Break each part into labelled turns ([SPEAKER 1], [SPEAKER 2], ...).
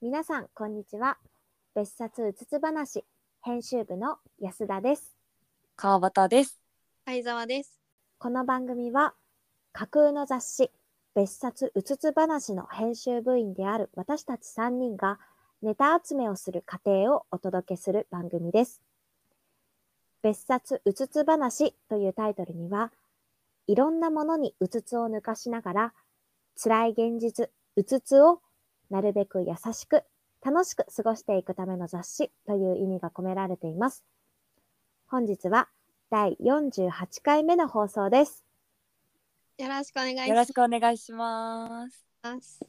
[SPEAKER 1] 皆さん、こんにちは。別冊うつつ話、編集部の安田です。
[SPEAKER 2] 川端です。
[SPEAKER 3] 相沢です。
[SPEAKER 1] この番組は、架空の雑誌、別冊うつつ話の編集部員である私たち3人が、ネタ集めをする過程をお届けする番組です。別冊うつつ話というタイトルには、いろんなものにうつつを抜かしながら、辛い現実、うつつをなるべく優しく、楽しく過ごしていくための雑誌という意味が込められています。本日は第48回目の放送です。
[SPEAKER 3] よろしくお願い
[SPEAKER 2] よろし
[SPEAKER 3] し
[SPEAKER 2] くお願いします。
[SPEAKER 3] ます。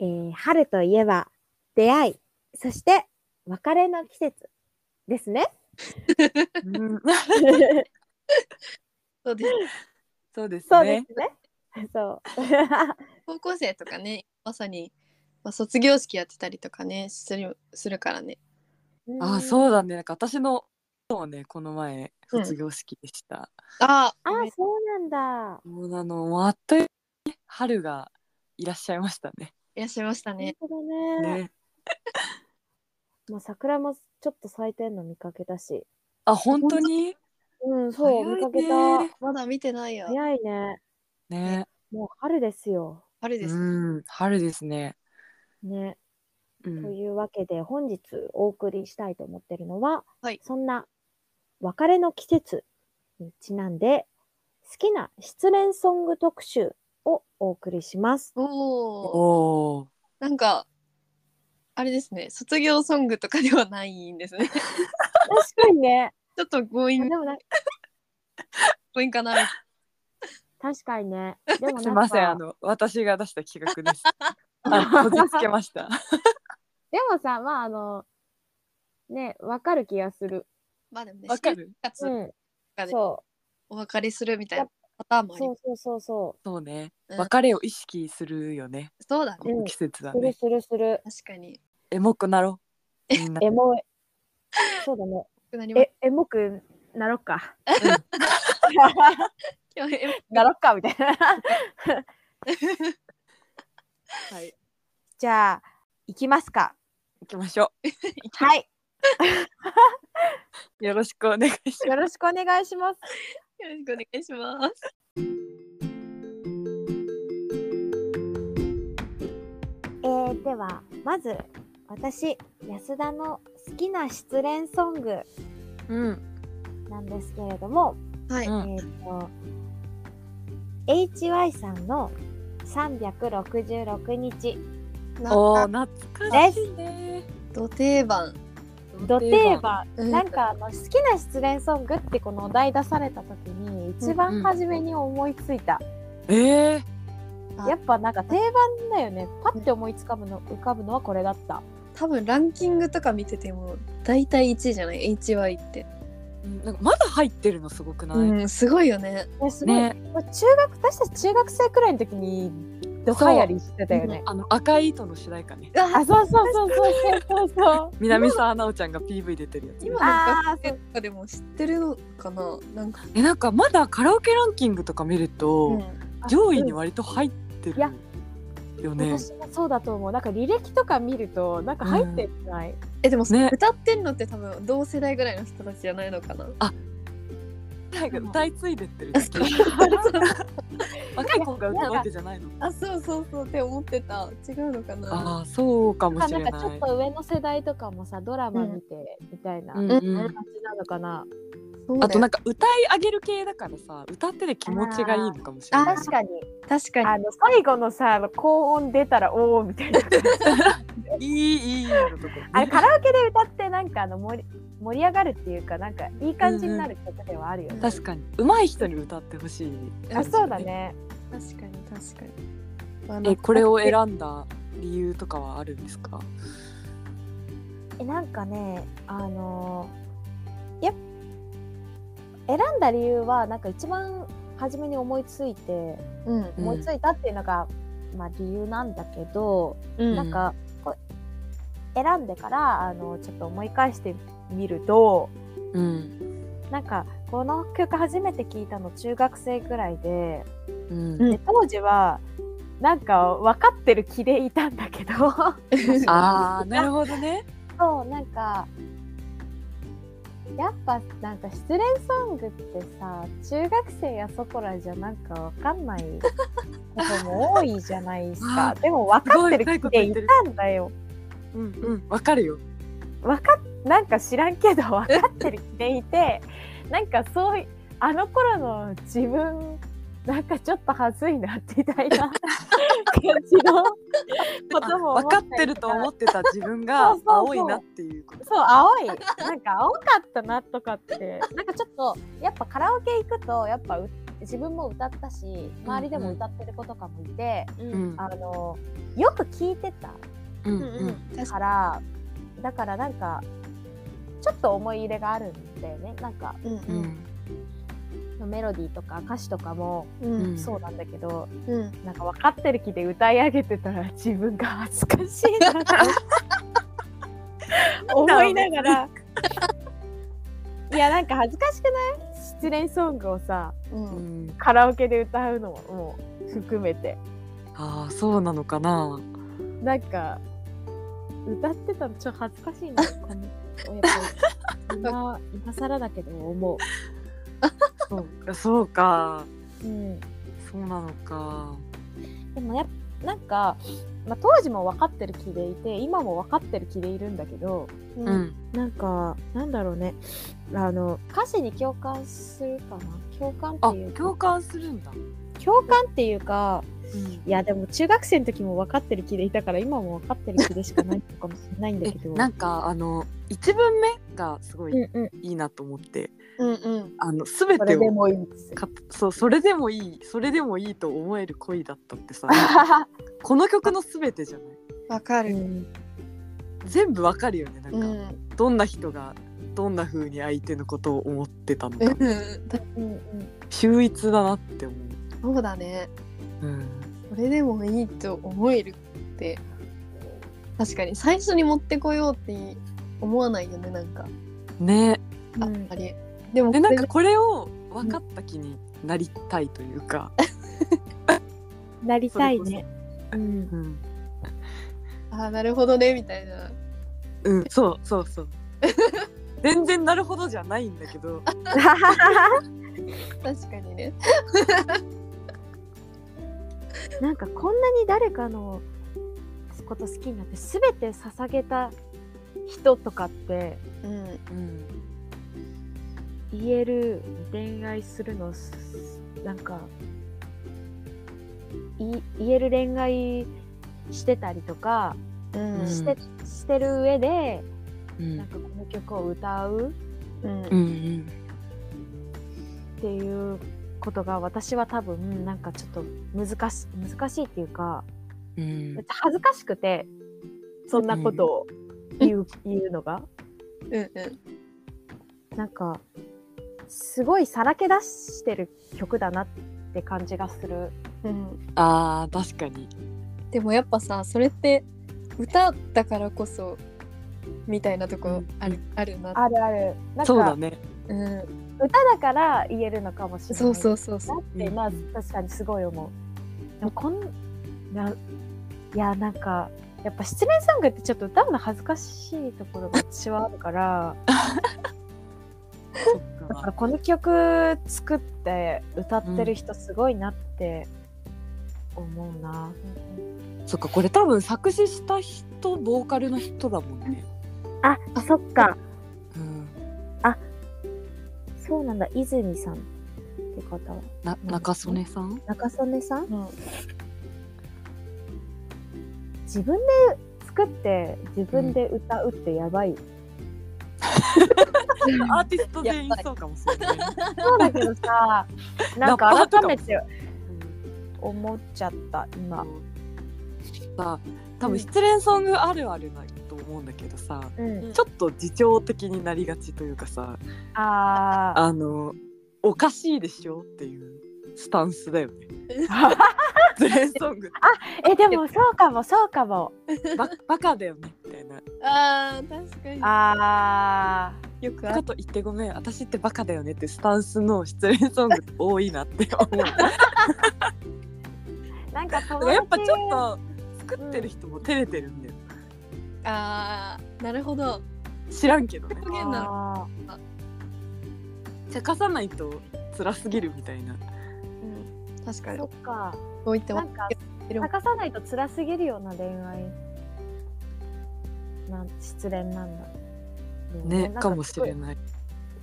[SPEAKER 1] えー春といえば出会い、そして別れの季節です ね。
[SPEAKER 3] そうです。
[SPEAKER 2] そうです
[SPEAKER 1] そうで
[SPEAKER 2] ね。
[SPEAKER 1] すね。 そう。
[SPEAKER 3] 高校生とかね、まさに、まあ、卒業式やってたりとかね、するするからね。
[SPEAKER 2] あ、
[SPEAKER 1] うん。
[SPEAKER 2] そうだね。なんか私のそうね、この前
[SPEAKER 3] うん
[SPEAKER 2] 卒業式でした。
[SPEAKER 3] あ
[SPEAKER 1] あ、そうなんだ。
[SPEAKER 2] そうなの。もうあっという間に春がいらっしゃいましたね。
[SPEAKER 3] いらっしゃいました
[SPEAKER 1] 本
[SPEAKER 3] ね。
[SPEAKER 1] 当だね。
[SPEAKER 2] ね。
[SPEAKER 1] もう桜もちょっと咲いてんの見かけたし。
[SPEAKER 2] あ、本当に。
[SPEAKER 1] うん、そう、
[SPEAKER 2] 早い
[SPEAKER 1] 見
[SPEAKER 2] ね
[SPEAKER 1] かけた。
[SPEAKER 3] まだ見てないや。
[SPEAKER 1] 早いね。
[SPEAKER 2] ね。
[SPEAKER 1] もう春ですよ。
[SPEAKER 3] あれで
[SPEAKER 2] う
[SPEAKER 3] す。
[SPEAKER 2] ん、春ですね。
[SPEAKER 1] ね。
[SPEAKER 2] う
[SPEAKER 1] と
[SPEAKER 2] ん。
[SPEAKER 1] いうわけで本日お送りしたいと思ってるのは、
[SPEAKER 3] はい
[SPEAKER 1] そんな別れの季節にちなんで好きな失恋ソング特集をお送りし ます。
[SPEAKER 3] おお。
[SPEAKER 2] おお。
[SPEAKER 3] なんか、あれですね、卒業ソングとかではないんですね。 ち
[SPEAKER 1] 確かにね。
[SPEAKER 3] ょっと強
[SPEAKER 1] で
[SPEAKER 3] 引、
[SPEAKER 1] もな
[SPEAKER 3] 強引かな。
[SPEAKER 1] 確かにね。でもない
[SPEAKER 2] す
[SPEAKER 1] んか
[SPEAKER 2] ませ ん。あの、私が出した企画です。あ、こじつけました。
[SPEAKER 1] でもさ、まああの、ね、わかる気がする。
[SPEAKER 3] まあでもね、
[SPEAKER 2] わかる。
[SPEAKER 3] 4月
[SPEAKER 1] う
[SPEAKER 3] と
[SPEAKER 1] ん。
[SPEAKER 3] かで
[SPEAKER 1] そ
[SPEAKER 3] お別れするみたいなパターンも
[SPEAKER 1] う。
[SPEAKER 3] あり
[SPEAKER 1] そ
[SPEAKER 3] ま
[SPEAKER 1] うそうそうそ
[SPEAKER 2] そうね。
[SPEAKER 3] うん
[SPEAKER 2] 別れを意識するよね。
[SPEAKER 3] す。そうだ
[SPEAKER 2] こ
[SPEAKER 3] ね。
[SPEAKER 2] の季節だ
[SPEAKER 1] う。する
[SPEAKER 2] ね。
[SPEAKER 1] するする。
[SPEAKER 3] 確かに。
[SPEAKER 2] エモくなろう。みんな
[SPEAKER 1] エモい。そうだね。
[SPEAKER 3] なります
[SPEAKER 1] え、エモくなろっ か。
[SPEAKER 3] 今日え
[SPEAKER 1] なろっかみた いな。
[SPEAKER 2] はい。
[SPEAKER 1] じゃあ、行きますか。
[SPEAKER 2] 行きましょ
[SPEAKER 1] はい。
[SPEAKER 2] う。よろしくお願いします。
[SPEAKER 1] よろしくお願いします。
[SPEAKER 3] よろしくお願いします。
[SPEAKER 1] えー、では、まず、私、安田の好きな失恋ソング
[SPEAKER 2] うん。
[SPEAKER 1] なんですけれども、
[SPEAKER 3] はい。
[SPEAKER 2] う
[SPEAKER 1] え
[SPEAKER 2] ん
[SPEAKER 1] っ、と、HY さんの366日、
[SPEAKER 2] お
[SPEAKER 3] な
[SPEAKER 2] お、
[SPEAKER 3] んか
[SPEAKER 2] 懐かしいね。
[SPEAKER 3] ど定番。
[SPEAKER 1] ド定番。
[SPEAKER 3] うん
[SPEAKER 1] なんかあの、好きな失恋ソングってこのお題出された時に、一番初めに思いついた。
[SPEAKER 2] ええ
[SPEAKER 3] うん
[SPEAKER 1] やっぱなんか定番だよね。パッて思いつかぶの、浮かぶのはこれだった。
[SPEAKER 3] 多分ランキングとか見てても大体1位じゃない HY って、
[SPEAKER 2] うんなんかまだ入ってるのすごくない。
[SPEAKER 3] うんすごいよね
[SPEAKER 1] ね、すごい
[SPEAKER 2] ね、
[SPEAKER 1] まあ中学私たち中学生くらいの時にドカやりしてたよね。
[SPEAKER 2] あの赤い糸の主題歌ね。
[SPEAKER 3] あ
[SPEAKER 1] あ、そうそうそうそうそう そう。
[SPEAKER 2] 南沢奈緒ちゃんが PV 出てるやつ、ね。
[SPEAKER 3] 今の
[SPEAKER 1] あ
[SPEAKER 3] 学
[SPEAKER 1] ー
[SPEAKER 3] 生とかでも知ってるのかななんか、
[SPEAKER 2] えなんかまだカラオケランキングとか見ると、上位に割と入ってる
[SPEAKER 1] いや
[SPEAKER 2] よね。
[SPEAKER 1] 私もそうだと思う。なんか履歴とか見るとなんか入ってない。
[SPEAKER 3] えでも、
[SPEAKER 2] ね
[SPEAKER 3] 歌ってるのって多分同世代ぐらいの人たちじゃないのかな
[SPEAKER 2] なんか歌い継いでってるだけ。若い子が歌うわけじゃないの。
[SPEAKER 3] あそうそうそうって思ってた違うのかな
[SPEAKER 2] ああ、そうかも
[SPEAKER 1] まあ
[SPEAKER 2] し
[SPEAKER 1] な
[SPEAKER 2] れ
[SPEAKER 1] ん
[SPEAKER 2] な
[SPEAKER 1] か
[SPEAKER 2] い。
[SPEAKER 1] ちょっと上の世代とかもさドラマ見てみたいな
[SPEAKER 2] うん
[SPEAKER 1] 感
[SPEAKER 2] うん。
[SPEAKER 1] じなのかな。
[SPEAKER 3] そうだよ
[SPEAKER 2] あとなんか歌い上げる系だからさ、歌ってて気持ちがいいのかもしれない。
[SPEAKER 1] 確かに
[SPEAKER 3] 確かに
[SPEAKER 1] あの最後のさあの高音出たらおおみたいな。
[SPEAKER 2] いいいいのとこ。
[SPEAKER 1] あれカラオケで歌ってなんかあの盛り盛り上がるっていうかなんかいい感じになる曲ではあるよね。
[SPEAKER 2] 確かに上手い人に歌ってほしい、
[SPEAKER 3] に
[SPEAKER 1] あそうだね。
[SPEAKER 3] 確かに確かに、まあ
[SPEAKER 2] えこれを選んだ理由とかはあるんですか
[SPEAKER 1] えなんかねあのーやっ選んだ理由はなんか一番初めに思いついて
[SPEAKER 3] う
[SPEAKER 2] う
[SPEAKER 3] ん
[SPEAKER 2] ん
[SPEAKER 1] 思いついたっていうのが、まあ、理由なんだけど、
[SPEAKER 3] うん
[SPEAKER 1] なんかこう選んでからあのちょっと思い返してみると
[SPEAKER 2] うん
[SPEAKER 1] なんかこの曲初めて聞いたの中学生ぐらいで
[SPEAKER 2] うん
[SPEAKER 3] うん
[SPEAKER 1] で当時はなんか分かってる気でいたんだけど
[SPEAKER 2] ああ、なるほどね。
[SPEAKER 1] そうなんかやっぱなんか失恋ソングってさ中学生やそこらじゃなんかわかんないことも多いじゃないですか
[SPEAKER 2] あ
[SPEAKER 1] でも分かってる
[SPEAKER 2] すごい深
[SPEAKER 1] 気
[SPEAKER 2] いこと
[SPEAKER 1] で
[SPEAKER 2] 言
[SPEAKER 1] い
[SPEAKER 2] ってる
[SPEAKER 1] たんだよ
[SPEAKER 2] うんうん、わかるよ。
[SPEAKER 1] わかっなんか知らんけど分かってる気でいて なんかそういあの頃の自分なんかちょっと恥ずいなみたいな 感じのことも思
[SPEAKER 2] 分
[SPEAKER 1] た
[SPEAKER 2] か
[SPEAKER 1] り
[SPEAKER 2] っ
[SPEAKER 1] と
[SPEAKER 2] てると思ってた自分が
[SPEAKER 1] そうそうそう
[SPEAKER 2] 青いなっていうこと。
[SPEAKER 1] そう青いなんか青かったなとかってなんかちょっとやっぱカラオケ行くとやっぱう自分も歌ったし周りでも歌ってる子とかもいて、
[SPEAKER 2] うん
[SPEAKER 1] あのよく聞いてた
[SPEAKER 2] うん
[SPEAKER 3] うんうん、確か
[SPEAKER 1] からだからなんかちょっと思い入れがあるんだよねなんか
[SPEAKER 3] に。
[SPEAKER 2] う
[SPEAKER 3] うん
[SPEAKER 1] メロディーとか歌詞とかも
[SPEAKER 3] んうん
[SPEAKER 2] ん
[SPEAKER 1] そうなんだけど、
[SPEAKER 3] うん。
[SPEAKER 1] なんか分かってる気で歌い上げてたら 自分が恥ずかしい なって思いながらいやなんか恥ずかしくない失恋ソングをさ
[SPEAKER 3] うん
[SPEAKER 2] う。ん。
[SPEAKER 1] カラオケで歌うのも含めて
[SPEAKER 2] ああ、そうなのかな。
[SPEAKER 1] なんか歌ってたのちょっと恥ずかしいなこ のやっぱ今今更だけど思う。
[SPEAKER 2] そうか、そうか。
[SPEAKER 1] うん
[SPEAKER 2] そうなのか。
[SPEAKER 1] でもやっぱなんか、まあ、当時も分かってる気でいて今も分かってる気でいるんだけど
[SPEAKER 3] う。
[SPEAKER 2] うんん。
[SPEAKER 1] なんかなんだろうねあの歌詞に共感するかな共感
[SPEAKER 2] あ
[SPEAKER 1] っていう、
[SPEAKER 2] 共
[SPEAKER 1] か
[SPEAKER 2] 感するんだ。
[SPEAKER 1] 共感っていうか
[SPEAKER 2] うん
[SPEAKER 1] いやでも中学生の時も分かってる気でいたから今も分かってる気でしかないのかもしれないんだ
[SPEAKER 2] え
[SPEAKER 1] けど
[SPEAKER 2] なんかあの一文目がすごい
[SPEAKER 1] うんうん
[SPEAKER 2] いいなと思って、
[SPEAKER 3] うんうん。
[SPEAKER 2] あの全
[SPEAKER 1] それ
[SPEAKER 2] て
[SPEAKER 1] で
[SPEAKER 2] を
[SPEAKER 1] もいいんですよ
[SPEAKER 2] かそうそれでもいいそれでもいいと思える恋だったってさこの曲の全てじゃない
[SPEAKER 3] わか
[SPEAKER 1] う
[SPEAKER 3] る。
[SPEAKER 1] ん
[SPEAKER 2] 全部わかるよねなん
[SPEAKER 3] う
[SPEAKER 2] か、
[SPEAKER 3] ん。
[SPEAKER 2] どんな人がどんな風に相手のことを思ってたの
[SPEAKER 3] う
[SPEAKER 2] か
[SPEAKER 3] ん。
[SPEAKER 1] うんうん
[SPEAKER 2] 秀逸だなって思
[SPEAKER 3] そうだね。
[SPEAKER 2] う、うん、
[SPEAKER 3] これでもいいと思えるって。確かに最初に持ってこようって思わないよね、なんか。
[SPEAKER 2] ね
[SPEAKER 3] あ
[SPEAKER 1] うん
[SPEAKER 3] あれ。でも、
[SPEAKER 2] でなんかこれを分かった気になりたいというか、
[SPEAKER 1] なりたいねうん
[SPEAKER 2] うん
[SPEAKER 3] ああ、なるほどね、みたいな。
[SPEAKER 2] うん、そうそうそう全然なるほどじゃないんだけど
[SPEAKER 3] 確かにね。
[SPEAKER 1] なんかこんなに誰かのこと好きになって全て捧げた人とかって
[SPEAKER 3] うん。
[SPEAKER 2] うん
[SPEAKER 1] 言える恋愛するのすなんかい言える恋愛してたりとか、
[SPEAKER 3] うん。
[SPEAKER 1] してしてる上で
[SPEAKER 2] うん
[SPEAKER 1] なんかこの曲を歌う
[SPEAKER 3] うん
[SPEAKER 2] う。ん
[SPEAKER 1] っていうことが私は多分なんかちょっと難し難しいっていうか
[SPEAKER 2] うんうん
[SPEAKER 1] 恥ずかしくてそんなことを言う,、言うのが。
[SPEAKER 3] うんうん。
[SPEAKER 1] なんかすごいさらけ出してる曲だなって感じがする。
[SPEAKER 3] うん。
[SPEAKER 2] あー確かに
[SPEAKER 3] でもやっぱさ、それって歌だからこそ、みたいなとこある、あるなって。
[SPEAKER 1] あるある。なん
[SPEAKER 2] そう
[SPEAKER 1] か
[SPEAKER 2] だね
[SPEAKER 3] うん。
[SPEAKER 1] 歌だから言えるのかもしれない。
[SPEAKER 3] そうそううそうそう
[SPEAKER 1] だ。ってまあ確かにすごい思う。でもこんないやなんかやっぱ失恋ソングってちょっと歌うの恥ずかしいところが私はあるから、
[SPEAKER 2] そっ
[SPEAKER 1] だか
[SPEAKER 2] から
[SPEAKER 1] この曲作って歌ってる人すごいなって思うな。
[SPEAKER 2] そっかこれ多分作詞した人ボーカルの人だもんね、
[SPEAKER 1] あ
[SPEAKER 3] あ
[SPEAKER 1] そっか。
[SPEAKER 2] うん、
[SPEAKER 1] そうなんだ泉さんって方は
[SPEAKER 2] な中曽根さん
[SPEAKER 1] 中曽根さん
[SPEAKER 3] うん。
[SPEAKER 1] 自分で作って自分で歌うってやばい、
[SPEAKER 2] アーティスト全員そうかもしれない
[SPEAKER 1] そうだけど さなん
[SPEAKER 2] ラ
[SPEAKER 1] か
[SPEAKER 2] ッパーと
[SPEAKER 1] 改
[SPEAKER 2] かも
[SPEAKER 1] めて思っちゃった今、
[SPEAKER 2] さ多分失恋ソングあるあるだと思うんだけどさ
[SPEAKER 1] うん、
[SPEAKER 2] ちょっと自重的になりがちというかさ
[SPEAKER 1] あー
[SPEAKER 2] あのおかしいでしょっていうスタンスだよ ね失恋ソングって
[SPEAKER 1] えでもそうかもそうかも
[SPEAKER 2] ババカだよねみたいな
[SPEAKER 3] ああ、確かに。
[SPEAKER 1] あ
[SPEAKER 3] よくあ
[SPEAKER 2] か
[SPEAKER 3] る。
[SPEAKER 2] と言ってごめん私ってバカだよねってスタンスの失恋ソング多いなって思う
[SPEAKER 1] ーなんか友
[SPEAKER 2] だからやっぱちょっと作ってる人も照れてるんだよ、
[SPEAKER 3] あーなるほど
[SPEAKER 2] 知らんけどね
[SPEAKER 3] 表現なの
[SPEAKER 1] あ
[SPEAKER 2] 茶化さないと辛すぎるみたいな
[SPEAKER 3] 確か
[SPEAKER 1] ー
[SPEAKER 3] に
[SPEAKER 1] そ
[SPEAKER 3] こ
[SPEAKER 1] っか
[SPEAKER 3] ういって
[SPEAKER 1] な
[SPEAKER 3] わ
[SPEAKER 1] んか
[SPEAKER 3] てるもん
[SPEAKER 1] 咲かさないと辛すぎるような恋愛なん失恋なんだ
[SPEAKER 2] ねかもしれ
[SPEAKER 1] い
[SPEAKER 2] ない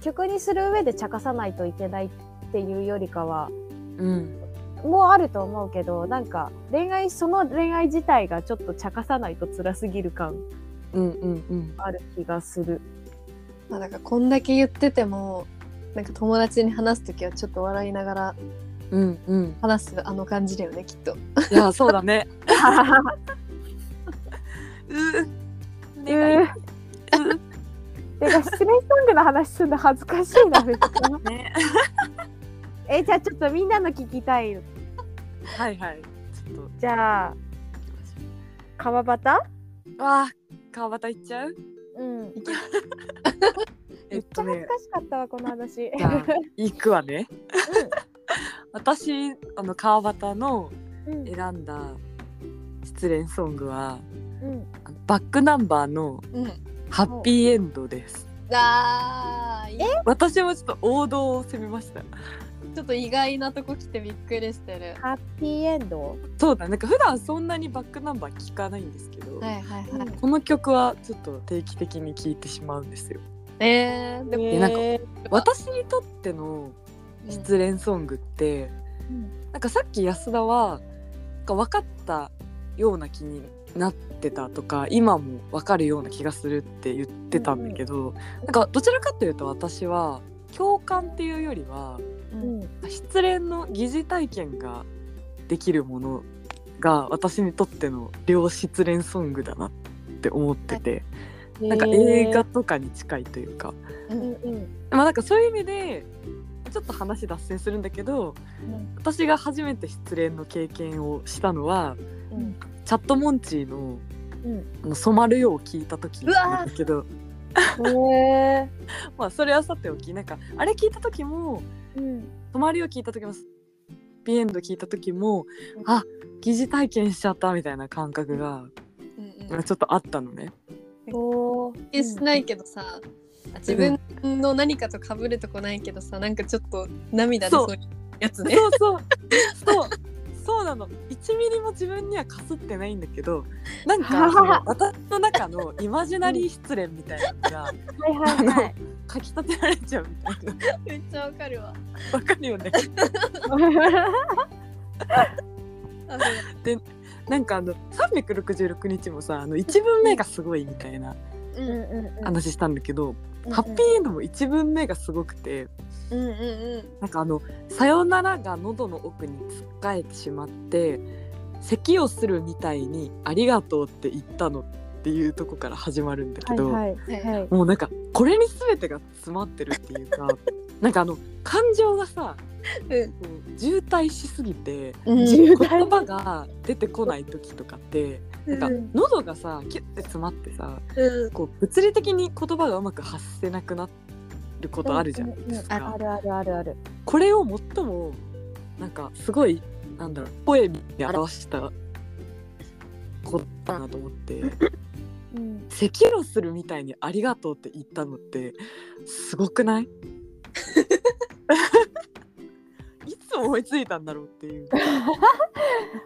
[SPEAKER 1] 曲にする上で茶化さないといけないっていうよりかは
[SPEAKER 2] うん
[SPEAKER 1] もうあると思うけどなんか恋愛その恋愛自体がちょっと茶化さないと辛すぎる感
[SPEAKER 2] うんうんうん
[SPEAKER 1] ある気がす る
[SPEAKER 3] まあなんかこんだけ言っててもなんか友達に話す時はちょっと笑いながら
[SPEAKER 2] うんうん
[SPEAKER 3] 話すあの感じだよねきっと
[SPEAKER 2] いや そうだねう
[SPEAKER 1] う
[SPEAKER 2] ね
[SPEAKER 1] ー てか失恋ソングの話すんの恥ずかしい な別に
[SPEAKER 2] ね
[SPEAKER 1] えじゃあちょっとみんなの聞きたい
[SPEAKER 2] はいはいちょっ
[SPEAKER 1] じゃあ川端
[SPEAKER 2] とわあ川端行っちゃう
[SPEAKER 1] うん
[SPEAKER 2] え
[SPEAKER 1] め
[SPEAKER 2] っ
[SPEAKER 1] っちゃ恥
[SPEAKER 2] と
[SPEAKER 1] ず
[SPEAKER 2] ね
[SPEAKER 1] かしかったわこの話
[SPEAKER 2] じゃあ行くわね 私あの川端の
[SPEAKER 1] うんうん
[SPEAKER 2] 選んだ失恋ソングは
[SPEAKER 1] うん
[SPEAKER 2] あのバックナンバーの
[SPEAKER 3] うん
[SPEAKER 2] ハッピーエンドです
[SPEAKER 3] あーいい
[SPEAKER 2] 私もちょっと王道を攻めました
[SPEAKER 3] ちょっと意外なとこ来てびっくりしてる
[SPEAKER 1] ハッピーエンド
[SPEAKER 2] そうだなんか普段そんなにバックナンバー聞かないんですけど、
[SPEAKER 3] はいはいはい、
[SPEAKER 2] この曲はちょっと定期的に聴いてしまうんですよ
[SPEAKER 3] えー、でも、
[SPEAKER 2] いやなんか私にとっての失恋ソングって、なんかさっき安田はなんか分かったような気になってたとか今も分かるような気がするって言ってたんだけど、なんかどちらかというと私は共感っていうよりは
[SPEAKER 1] うん
[SPEAKER 2] 失恋の疑似体験ができるものが私にとっての両失恋ソングだなって思ってて、なんか映画とかに近いというか、
[SPEAKER 3] う
[SPEAKER 1] うん
[SPEAKER 3] ん
[SPEAKER 1] うん
[SPEAKER 2] まあなんかそういう意味でちょっと話脱線するんだけど、
[SPEAKER 3] うん
[SPEAKER 2] 私が初めて失恋の経験をしたのは、
[SPEAKER 1] うん
[SPEAKER 2] チャットモンチーの
[SPEAKER 1] うん
[SPEAKER 2] 「あの染まるよ」を聞いた時なんだけど
[SPEAKER 1] へえ
[SPEAKER 2] まあそれはさておきなんかあれ聞いた時も
[SPEAKER 1] うん
[SPEAKER 2] 「染まるよ」聞いた時も「ビエンド」聞いた時も
[SPEAKER 1] うん
[SPEAKER 2] あ疑似体験しちゃったみたいな感覚が
[SPEAKER 3] うん
[SPEAKER 2] ま
[SPEAKER 3] う
[SPEAKER 2] あ
[SPEAKER 3] ん
[SPEAKER 2] ちょっとあったのね。
[SPEAKER 1] おー
[SPEAKER 3] えしないけどさ、自分の何かと被るとこないけどさなんかちょっと涙で
[SPEAKER 2] そ
[SPEAKER 3] そうういうやつね。
[SPEAKER 2] そうそうそうそうなの1ミリも自分にはかすってないんだけどなんかその私の中のイマジナリー失恋みたいなのが
[SPEAKER 1] はいはいはい
[SPEAKER 2] かきたてられちゃうみたいな
[SPEAKER 3] めっちゃわかるわ。
[SPEAKER 2] わかるよね
[SPEAKER 3] あの
[SPEAKER 2] なんかあの366日もさあの1文目がすごいみたいな
[SPEAKER 1] うんうんうん
[SPEAKER 2] 話したんだけど、
[SPEAKER 1] うん
[SPEAKER 2] ハッピーエンドも1文目がすごくて
[SPEAKER 3] うんうんうん
[SPEAKER 2] なんかあの「さよなら」が喉の奥につっかえてしまって咳をするみたいに「ありがとう」って言ったのっていうとこから始まるんだけど、
[SPEAKER 1] はいはいはい
[SPEAKER 2] もうなんかこれに全てが詰まってるっていう かなんかあの感情がさ
[SPEAKER 3] うん
[SPEAKER 2] こう渋滞しすぎて
[SPEAKER 3] うん
[SPEAKER 1] 重
[SPEAKER 2] 言
[SPEAKER 1] 大
[SPEAKER 2] 葉が出てこない時とかって
[SPEAKER 3] う
[SPEAKER 2] なんか
[SPEAKER 3] ん
[SPEAKER 2] 喉がさキュッて詰まってさ
[SPEAKER 3] うん
[SPEAKER 2] こう物理的に言葉がうまく発せなくなることあるじゃないです
[SPEAKER 3] うんうんうん
[SPEAKER 1] あ
[SPEAKER 2] か。
[SPEAKER 1] るあるあるある
[SPEAKER 2] これを最もなんかすごいなんだろう声に表したことだなと思って
[SPEAKER 1] うん
[SPEAKER 2] 咳をするみたいに「ありがとう」って言ったのってすごくない いつ思いついたんだろうっていう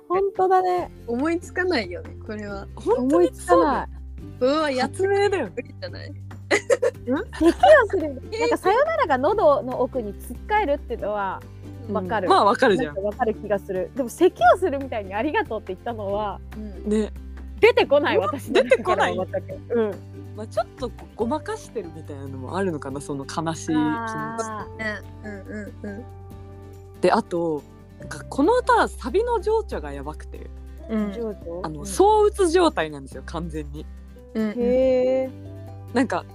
[SPEAKER 1] 本当だね
[SPEAKER 3] 思いつかないよねこれは。
[SPEAKER 2] 本当
[SPEAKER 1] 思い
[SPEAKER 2] に
[SPEAKER 1] つか
[SPEAKER 2] そう
[SPEAKER 1] ない
[SPEAKER 2] だ
[SPEAKER 3] うわ
[SPEAKER 2] よ
[SPEAKER 3] やっ
[SPEAKER 2] 発明だよね
[SPEAKER 3] 無理じゃない。
[SPEAKER 1] 咳をするなんかさよならが喉の奥につっかえるっていうのはわかる
[SPEAKER 2] まあわかるじ
[SPEAKER 1] な
[SPEAKER 2] ゃ
[SPEAKER 1] んか
[SPEAKER 2] ん
[SPEAKER 1] わかる気がするでも咳をするみたいにありがとうって言ったのは
[SPEAKER 3] うん
[SPEAKER 2] ね、
[SPEAKER 1] 出てこない私の中
[SPEAKER 2] 出てこない
[SPEAKER 1] からは全くうん
[SPEAKER 2] まあ、ちょっとこうごまかしてるみたいなのもあるのかなその悲しい気持ち
[SPEAKER 1] あ
[SPEAKER 3] ねうんうんうん
[SPEAKER 2] であとなんかこの歌はサビの情緒がやばくて
[SPEAKER 3] う
[SPEAKER 1] ー
[SPEAKER 3] ん
[SPEAKER 1] 情緒
[SPEAKER 2] あの躁うつ状態なんですよ完全に
[SPEAKER 3] うんうん
[SPEAKER 1] へえ
[SPEAKER 2] なんか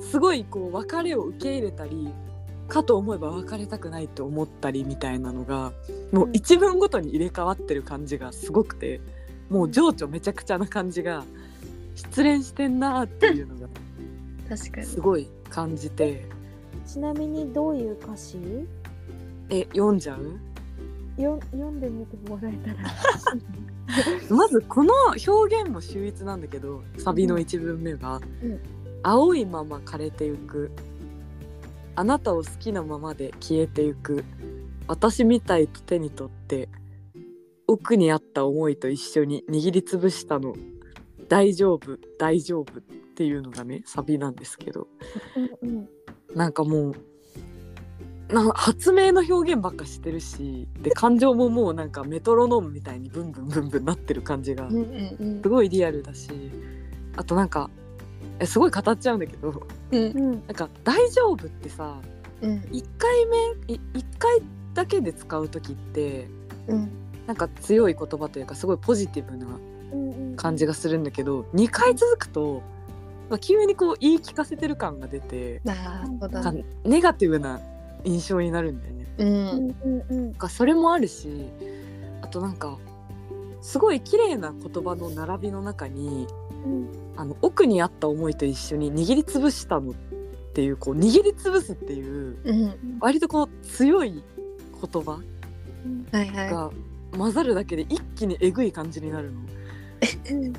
[SPEAKER 2] すごいこう別れを受け入れたりかと思えば別れたくないと思ったりみたいなのがもう一文ごとに入れ替わってる感じがすごくてもう情緒めちゃくちゃな感じが失恋してんなーっていうのが
[SPEAKER 3] 確かに。
[SPEAKER 2] すごい感じて
[SPEAKER 1] ちなみにどういう歌詞
[SPEAKER 2] え読んじゃう
[SPEAKER 1] よん読んでみてもらえたら
[SPEAKER 2] まずこの表現も秀逸なんだけどサビの一文目が「
[SPEAKER 1] うん
[SPEAKER 2] 青いまま枯れてゆく」「あなたを好きなままで消えてゆく」「私みたいと手に取って奥にあった思いと一緒に握りつぶしたの大丈夫大丈夫」っていうのがねサビなんですけど
[SPEAKER 1] うんうん
[SPEAKER 2] なんかもうな発明の表現ばっかしてるしで感情ももうなんかメトロノームみたいにブンブンブンブンなってる感じが
[SPEAKER 3] うんうん
[SPEAKER 2] すごいリアルだしあとなんかえすごい語っちゃうんだけど
[SPEAKER 3] うん
[SPEAKER 1] うん
[SPEAKER 2] なんか「大丈夫」ってさ
[SPEAKER 3] うん
[SPEAKER 2] 1回目い1回だけで使う時って
[SPEAKER 3] うん
[SPEAKER 2] なんか強い言葉というかすごいポジティブな
[SPEAKER 1] うんうん
[SPEAKER 2] 感じがするんだけど2回続くと、まあ、急にこう言い聞かせてる感が出て
[SPEAKER 3] ああそう
[SPEAKER 2] な
[SPEAKER 3] だ
[SPEAKER 2] ん
[SPEAKER 3] ね
[SPEAKER 2] かネガティブな印象になるんだよね。
[SPEAKER 3] う
[SPEAKER 1] うんんうんうん
[SPEAKER 2] なんかそれもあるしあとなんかすごい綺麗な言葉の並びの中に
[SPEAKER 1] うん
[SPEAKER 2] あの奥にあった思いと一緒に握りつぶしたのっていうこう握りつぶすっていう
[SPEAKER 3] うん
[SPEAKER 2] 割とこう強い言葉
[SPEAKER 1] うん
[SPEAKER 3] はいは
[SPEAKER 2] が混ざるだけで一気にえぐい感じになるの。
[SPEAKER 1] うん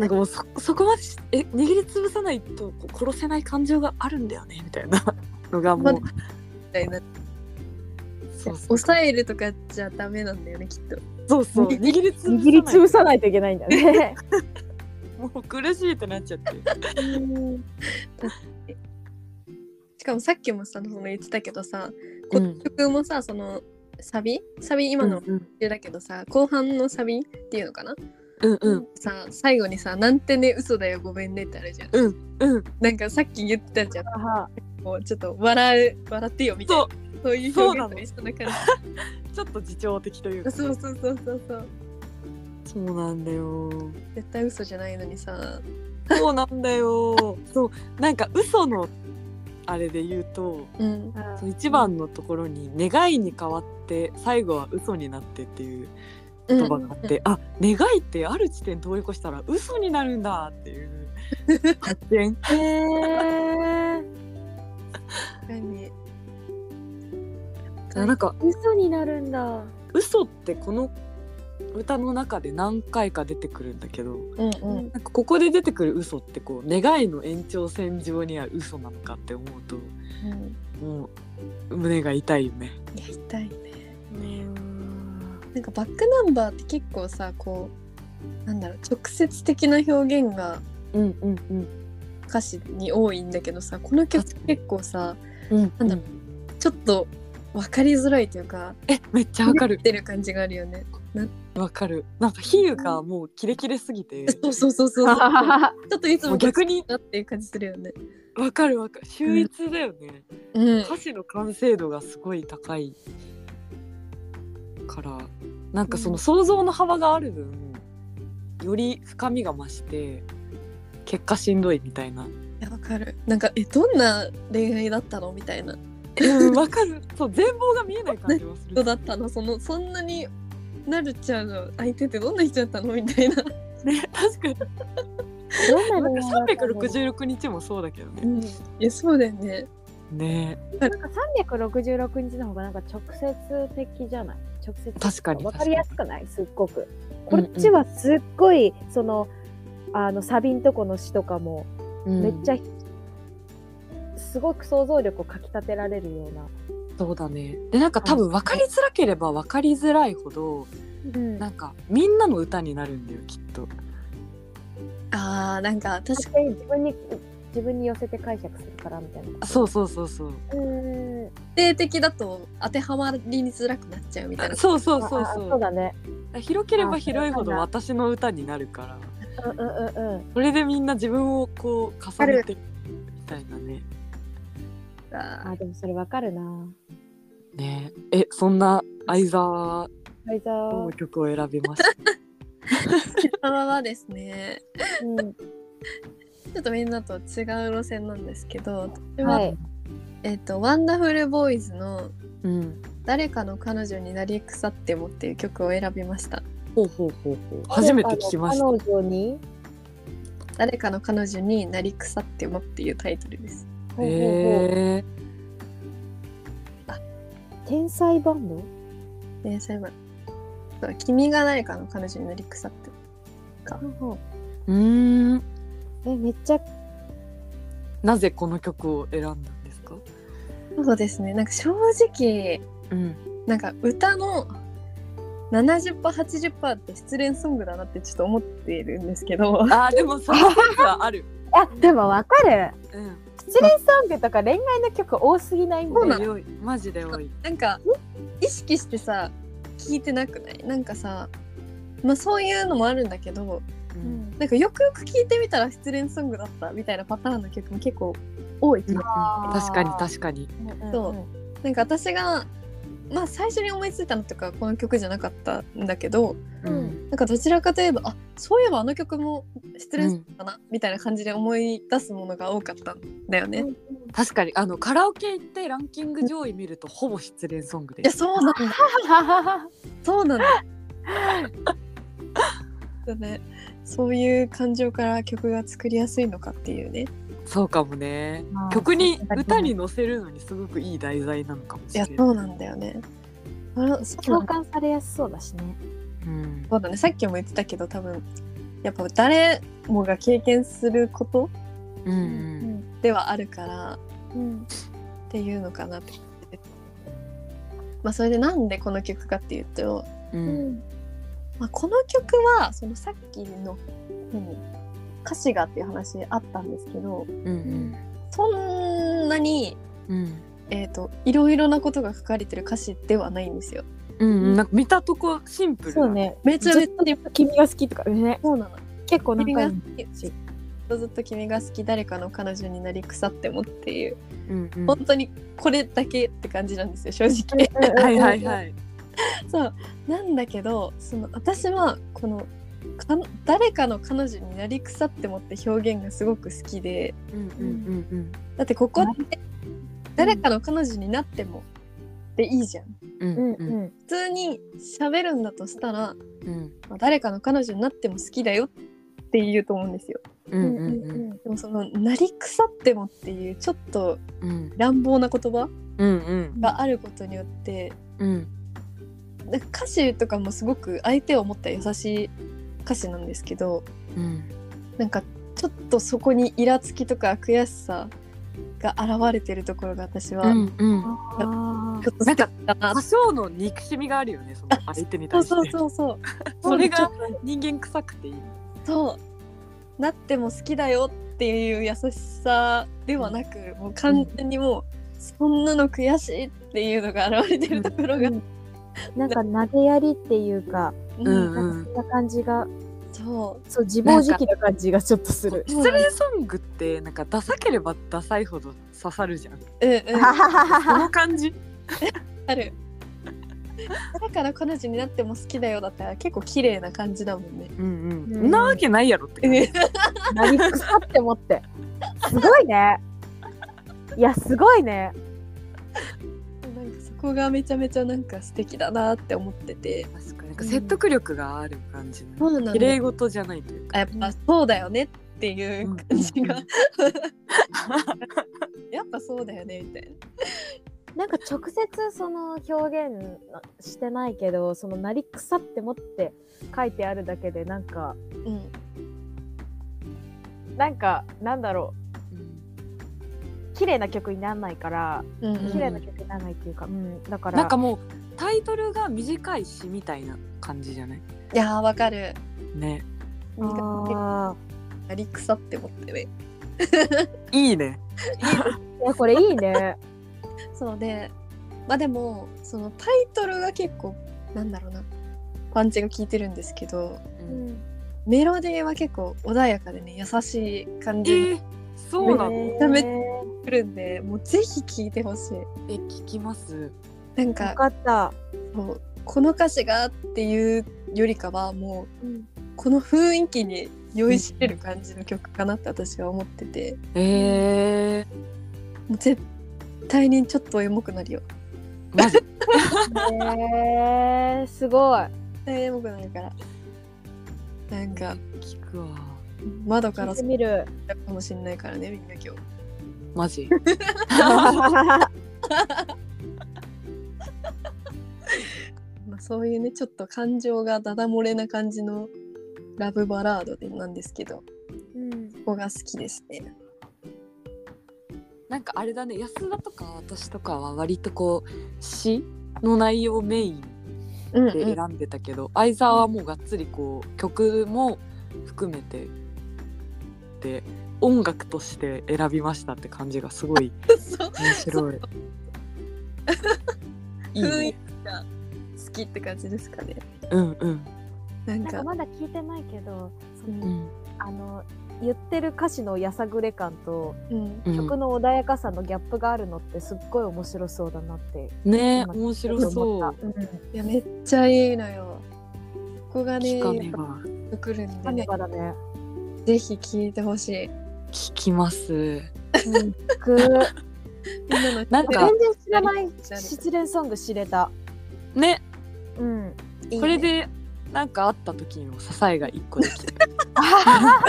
[SPEAKER 2] なんかもうそそこまでしえ握りつぶさないとこう殺せない感情があるんだよねみたいなのがもう
[SPEAKER 3] まいみたいな
[SPEAKER 2] そうそう
[SPEAKER 3] 抑えるとかじゃダメなんだよねきっと
[SPEAKER 2] そうそう握りつぶさない
[SPEAKER 1] 握りつぶさないといけないんだね。
[SPEAKER 2] もう苦しいってなっちゃって
[SPEAKER 1] うん
[SPEAKER 3] しかもさっきもさその言ってたけどさこ
[SPEAKER 2] うん
[SPEAKER 3] 曲もさそのサビサビ今の
[SPEAKER 2] うん
[SPEAKER 3] だけどさ後半のサビっていうのかな
[SPEAKER 2] うんうん
[SPEAKER 3] さ最後にさ「なんてね嘘だよごめんね」ってあるじゃん
[SPEAKER 2] うん
[SPEAKER 3] なんかさっき言ってたじゃん
[SPEAKER 1] は
[SPEAKER 3] もうちょっと笑う笑ってよみたい
[SPEAKER 2] そう
[SPEAKER 3] なそういう表現と一緒な感
[SPEAKER 2] ちょっと自重的というか
[SPEAKER 3] じそうそうそうそうそう
[SPEAKER 2] そうなんだよ
[SPEAKER 3] 絶対嘘じゃないのにさ
[SPEAKER 2] そうなんだよそうなんか嘘のあれで言うと
[SPEAKER 3] うん
[SPEAKER 1] あ
[SPEAKER 2] その一番のところに「願い」に変わって最後は「嘘になって」っていう言葉があって、あ願いってある地点通り越したら嘘になるんだっていう発見
[SPEAKER 1] へえ。
[SPEAKER 3] 何
[SPEAKER 2] なんか
[SPEAKER 1] 嘘になるんだ。
[SPEAKER 2] 嘘ってこの歌の中で何回か出てくるんだけど
[SPEAKER 3] うんうん
[SPEAKER 2] なんかここで出てくる嘘ってこう願いの延長線上にある嘘なのかって思うと
[SPEAKER 3] うん
[SPEAKER 2] もう胸が痛いよね。
[SPEAKER 3] いや痛いね
[SPEAKER 1] うん
[SPEAKER 3] なんかバックナンバーって結構さこうなんだろう直接的な表現が
[SPEAKER 2] うんうんうん
[SPEAKER 3] 歌詞に多いんだけどさこの曲結構さ
[SPEAKER 2] うん
[SPEAKER 3] なんだろうちょっと分かりづらいというか
[SPEAKER 2] えめっちゃわかる
[SPEAKER 3] ひねってる感じがあるよね
[SPEAKER 2] わかるなんか比喩がもうキレキレすぎて
[SPEAKER 3] そうそうそうそうちょっといつ
[SPEAKER 2] も
[SPEAKER 3] も
[SPEAKER 2] う逆に
[SPEAKER 3] なっていう感じするよね
[SPEAKER 2] わかるわかる秀逸だよね、
[SPEAKER 3] うん
[SPEAKER 2] 歌詞の完成度がすごい高いからなんかその想像の幅がある分より深みが増して結果しんどいみたいな
[SPEAKER 3] いやわかるなんかえどんな恋愛だったのみたいな
[SPEAKER 2] うん わかるそう全貌が見えない感じはする
[SPEAKER 3] 人だったのそのそんなになるちゃんの相手ってどんな人だったのみたいな、
[SPEAKER 2] ね確かに
[SPEAKER 1] どんな
[SPEAKER 2] な
[SPEAKER 1] ん恋
[SPEAKER 2] か
[SPEAKER 1] 愛だったの
[SPEAKER 2] 366日もそうだけどね、
[SPEAKER 3] いやそうだよね
[SPEAKER 2] ね
[SPEAKER 1] なんか366日の方がなんか直接的じゃない直接的
[SPEAKER 2] 確かに
[SPEAKER 1] わかりやすくないすっごく。こっちはすっごい、そのあのサビんとこの詩とかもめっち
[SPEAKER 2] ゃ、
[SPEAKER 1] ゃ、すごく想像力をかきたてられるような。
[SPEAKER 2] そうだねでなんか多分分かりづらければ分かりづらいほど
[SPEAKER 1] うん
[SPEAKER 2] なんかみんなの歌になるんだよきっと
[SPEAKER 3] あーなんか確か
[SPEAKER 1] 勝手に自分に自分に寄せて解釈するからみたいな。
[SPEAKER 2] あそうそうそうそう
[SPEAKER 1] うん。
[SPEAKER 3] 定的だと当てはまりにづらくなっちゃうみたいな
[SPEAKER 2] あそうそう
[SPEAKER 1] あ
[SPEAKER 2] そう
[SPEAKER 1] あ
[SPEAKER 2] そう
[SPEAKER 1] そうだね。
[SPEAKER 2] 広ければ
[SPEAKER 1] あ
[SPEAKER 2] 広いほ
[SPEAKER 1] そ
[SPEAKER 2] ど
[SPEAKER 1] うなんだ
[SPEAKER 2] 私の歌になるから
[SPEAKER 1] うんうんうんうん。
[SPEAKER 2] それでみんな自分をこう重ねてみたいなね
[SPEAKER 3] あ
[SPEAKER 1] あでもそれわかるな。
[SPEAKER 2] ねえそんな相沢は
[SPEAKER 1] ファイザ
[SPEAKER 2] どの
[SPEAKER 1] ー。
[SPEAKER 2] 曲を選び ました
[SPEAKER 3] ーはですね
[SPEAKER 1] うん。
[SPEAKER 3] ちょっとみんなと違う路線なんですけど私は、
[SPEAKER 1] はい。
[SPEAKER 3] えっとワンダフルボーイズの
[SPEAKER 2] うん
[SPEAKER 3] 「誰かの彼女になり腐っても」っていう曲を選びました
[SPEAKER 2] ほうほうほうほう初めて聞きました
[SPEAKER 1] 彼女に。
[SPEAKER 3] 「誰かの彼女になり腐っても」っていうタイトルです
[SPEAKER 1] ほうほうほう
[SPEAKER 2] へえ
[SPEAKER 1] 天才バンド。
[SPEAKER 3] ねそういえばそう君が誰かの彼女になり腐って
[SPEAKER 2] うーん
[SPEAKER 1] え、めっちゃ、
[SPEAKER 2] なぜこの曲を選んだんですか
[SPEAKER 3] そうですねなんか正直
[SPEAKER 2] うん
[SPEAKER 3] なんか歌の 70%80% って失恋ソングだなってちょっと思っているんですけど
[SPEAKER 2] あーでもその説はある
[SPEAKER 1] あ、でもわかる。
[SPEAKER 2] うん
[SPEAKER 1] 失恋ソングとか恋愛の曲多すぎないんだ
[SPEAKER 3] そう
[SPEAKER 1] よ
[SPEAKER 3] なの
[SPEAKER 2] 強いマジで多い
[SPEAKER 3] なんか意識してさ聞いてなくないなんかさまあそういうのもあるんだけど
[SPEAKER 2] うん
[SPEAKER 3] なんかよくよく聞いてみたら失恋ソングだったみたいなパターンの曲も結構多い気が
[SPEAKER 1] あー
[SPEAKER 2] 確かに確かに
[SPEAKER 1] うんうんうん
[SPEAKER 3] そうなんか私がまあ最初に思いついたのとかこの曲じゃなかったんだけど
[SPEAKER 1] う
[SPEAKER 2] うんん
[SPEAKER 3] なんかどちらかといえばあそういえばあの曲も失恋ソングだな、みたいな感じで思い出すものが多かったんだよね。い
[SPEAKER 2] 確かにあのカラオケ行ってランキング上位見るとほぼ失恋ソングで
[SPEAKER 3] や
[SPEAKER 2] す
[SPEAKER 3] そうなんだ そう なんだ。だねそういう感情から曲が作りやすいのかっていうね。
[SPEAKER 2] そうかもね
[SPEAKER 1] あー
[SPEAKER 2] 曲に
[SPEAKER 1] そう
[SPEAKER 2] 歌に乗せるのにすごくいい題材なのかもし
[SPEAKER 3] い
[SPEAKER 2] れ
[SPEAKER 3] や
[SPEAKER 2] ない
[SPEAKER 3] そうなんだよね。あらそうなん
[SPEAKER 1] 共感されやすそうだしね。
[SPEAKER 2] うん
[SPEAKER 3] そうだねさっきも言ってたけど多分やっぱ誰もが経験すること
[SPEAKER 2] うんうん
[SPEAKER 3] ではあるから
[SPEAKER 1] うん。
[SPEAKER 3] っていうのかなって。まあそれでなんでこの曲かっていうと、
[SPEAKER 2] う
[SPEAKER 1] うんん。
[SPEAKER 3] まあ、この曲はそのさっきの何歌詞がっていう話あったんですけど
[SPEAKER 2] うん
[SPEAKER 3] そんなに、
[SPEAKER 2] うん
[SPEAKER 3] えー、といろいろなことが書かれてる歌詞ではないんですよ。
[SPEAKER 2] うんなんか見たとこシンプルな
[SPEAKER 1] そうね。
[SPEAKER 3] めちゃめち
[SPEAKER 1] ずっと君が好きとかね。
[SPEAKER 3] そうなの
[SPEAKER 1] 結構なん
[SPEAKER 3] 君が
[SPEAKER 1] か
[SPEAKER 3] 好、きずっと君が好き誰かの彼女になり腐ってもっていう
[SPEAKER 2] うんうん
[SPEAKER 3] 本当にこれだけって感じなんですよ正直。
[SPEAKER 2] はいはいはい
[SPEAKER 3] そうなんだけどその私はこのかん誰かの彼女になり腐ってもって表現がすごく好きで
[SPEAKER 2] うんうんうん
[SPEAKER 3] だってここって誰かの彼女になってもでいいじゃん
[SPEAKER 2] うん
[SPEAKER 1] うん
[SPEAKER 2] う
[SPEAKER 1] うんん。
[SPEAKER 3] 普通に喋るんだとしたら、
[SPEAKER 2] うん
[SPEAKER 3] まあ誰かの彼女になっても好きだよって言うと思うんですよ
[SPEAKER 2] う
[SPEAKER 1] うん
[SPEAKER 2] うん
[SPEAKER 3] でもそのなり腐ってもっていうちょっと
[SPEAKER 2] うん
[SPEAKER 3] 乱暴な言葉
[SPEAKER 2] うんうん
[SPEAKER 3] があることによって
[SPEAKER 2] うん
[SPEAKER 3] なんか歌詞とかもすごく相手を思った優しい歌詞なんですけど
[SPEAKER 2] うん
[SPEAKER 3] なんかちょっとそこにイラつきとか悔しさが現れてるところが私は、
[SPEAKER 2] うんうん
[SPEAKER 1] あ
[SPEAKER 3] ちょっと
[SPEAKER 2] なん
[SPEAKER 3] 好き
[SPEAKER 2] か
[SPEAKER 3] だな
[SPEAKER 2] 多少の憎しみがあるよねその相手に
[SPEAKER 3] そ
[SPEAKER 2] 対
[SPEAKER 3] う
[SPEAKER 2] して
[SPEAKER 3] そうそうそう
[SPEAKER 2] それが人間臭くていい
[SPEAKER 3] そうなっても好きだよっていう優しさではなく、もう完全にもう、そんなの悔しいっていうのが現れてるところが、
[SPEAKER 1] うんあ。なんか投げやりっていうか、
[SPEAKER 3] うん
[SPEAKER 2] う
[SPEAKER 1] なん
[SPEAKER 2] ん
[SPEAKER 1] かそんな感じが、
[SPEAKER 3] そ
[SPEAKER 1] そう、自暴自棄な感じがちょっと する。
[SPEAKER 2] 失恋ソングってなんかダサければダサいほど刺さるじゃんこ
[SPEAKER 3] ううんうん
[SPEAKER 2] の感じ
[SPEAKER 3] ある だから彼女になっても好きだよだったら結構綺麗な感じだもんね
[SPEAKER 2] うん
[SPEAKER 1] う
[SPEAKER 2] うんんんなわけないやろって感じ
[SPEAKER 1] なり腐って思って。すごいね。いや、すごいね。
[SPEAKER 3] なんかそこがめちゃめちゃなんか素敵だなって思ってて
[SPEAKER 2] 確かになんか説得力がある感じ
[SPEAKER 3] そ
[SPEAKER 2] の
[SPEAKER 3] うなんだ
[SPEAKER 2] 綺麗事じゃないという
[SPEAKER 3] あ
[SPEAKER 2] か
[SPEAKER 3] やっぱそうだよねっていう感じが、 やっぱそうだよねみたい
[SPEAKER 1] な
[SPEAKER 3] な
[SPEAKER 1] んか直接その表現してないけど、そのなり腐ってもって書いてあるだけで、なんか、
[SPEAKER 3] うん
[SPEAKER 1] なんか、なんだろ
[SPEAKER 2] うん
[SPEAKER 1] う、綺麗な曲にならないから、
[SPEAKER 3] うんうん
[SPEAKER 1] 綺麗な曲にならないっていうか、うん、だから、
[SPEAKER 2] なんかもうタイトルが短い詩みたいな感じじゃない
[SPEAKER 3] いやーわかる
[SPEAKER 2] ね
[SPEAKER 1] あ
[SPEAKER 3] あり腐って思ってね
[SPEAKER 2] いいね
[SPEAKER 1] ーいや、これいいね。
[SPEAKER 3] そうでまあでもそのタイトルが結構なんだろうなパンチが効いてるんですけど
[SPEAKER 1] うん
[SPEAKER 3] メロディーは結構穏やかでね優しい感
[SPEAKER 2] え
[SPEAKER 3] じに
[SPEAKER 2] ーそうなの
[SPEAKER 3] ちゃめちくるんで、もうぜひ聴いてほしい
[SPEAKER 2] え聞きます
[SPEAKER 3] なん
[SPEAKER 1] よ
[SPEAKER 3] か
[SPEAKER 1] かった。
[SPEAKER 3] もうこの歌詞がっていうよりかはもうこの雰囲気に酔いしれる感じの曲かなって私は思ってて
[SPEAKER 2] えー
[SPEAKER 3] もう絶対にちょっとエモくなるよ
[SPEAKER 2] マジ
[SPEAKER 1] えー、すごい。
[SPEAKER 3] 絶対エモくなるからなんか
[SPEAKER 2] 聞くわ
[SPEAKER 3] 窓か
[SPEAKER 1] 聞
[SPEAKER 3] ら
[SPEAKER 1] いてみる。
[SPEAKER 3] だかもしれないからねみんな今日
[SPEAKER 2] マジ
[SPEAKER 1] は
[SPEAKER 3] まあそういうねちょっと感情がダダ漏れな感じのラブバラードでなんですけど
[SPEAKER 1] うん
[SPEAKER 3] ここが好きですね。
[SPEAKER 2] なんかあれだね安田とか私とかは割とこう詩の内容メイン
[SPEAKER 3] うん
[SPEAKER 2] で選んでたけど相沢、はもうがっつりこう曲も含めてで音楽として選びましたって感じがすごい
[SPEAKER 3] そう
[SPEAKER 2] 面白い。いい
[SPEAKER 3] 雰囲
[SPEAKER 2] ね
[SPEAKER 3] 気が好きって感じですかね。
[SPEAKER 2] うんうん
[SPEAKER 3] なん
[SPEAKER 1] なん
[SPEAKER 3] か
[SPEAKER 1] かまだ聞いてないけど、その
[SPEAKER 2] うん
[SPEAKER 1] あの言ってる歌詞のやさぐれ感と、
[SPEAKER 3] うん
[SPEAKER 2] うん
[SPEAKER 1] 曲の穏やかさのギャップがあるのってすっごい面白そうだなって
[SPEAKER 2] ね
[SPEAKER 1] 今
[SPEAKER 2] 面白
[SPEAKER 1] ちょっと思
[SPEAKER 2] そ
[SPEAKER 1] ったうん
[SPEAKER 3] いやめっちゃいいのよ。ここが
[SPEAKER 2] う。
[SPEAKER 3] ね
[SPEAKER 2] きかね
[SPEAKER 3] 来
[SPEAKER 2] が
[SPEAKER 3] るんで
[SPEAKER 1] 神
[SPEAKER 3] ね
[SPEAKER 1] 場だね。
[SPEAKER 3] ぜひ聞いてほしい。
[SPEAKER 2] 聞きま
[SPEAKER 1] う
[SPEAKER 2] す。
[SPEAKER 1] ん、く全
[SPEAKER 3] みんなの
[SPEAKER 2] なん か
[SPEAKER 1] 然知らない失恋ソング知れた。
[SPEAKER 2] ね
[SPEAKER 1] うん。
[SPEAKER 2] これでなんかあった時にも支えが一個できる。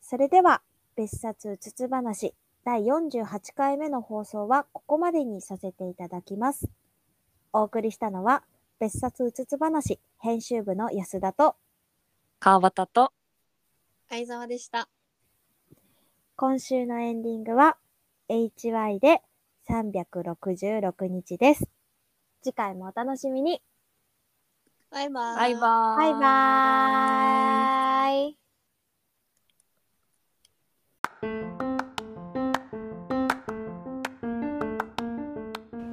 [SPEAKER 1] それでは別冊うつつ話第48回目の放送はここまでにさせていただきます。お送りしたのは別冊うつつ話編集部の安田と
[SPEAKER 2] 川端と
[SPEAKER 3] 相沢でした。
[SPEAKER 1] 今週のエンディングは HY で366日です。次回もお楽しみに。
[SPEAKER 3] バイバ
[SPEAKER 2] バイバー
[SPEAKER 1] バイバーイ。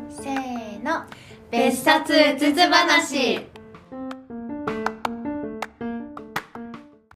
[SPEAKER 4] せーの別冊うつつ話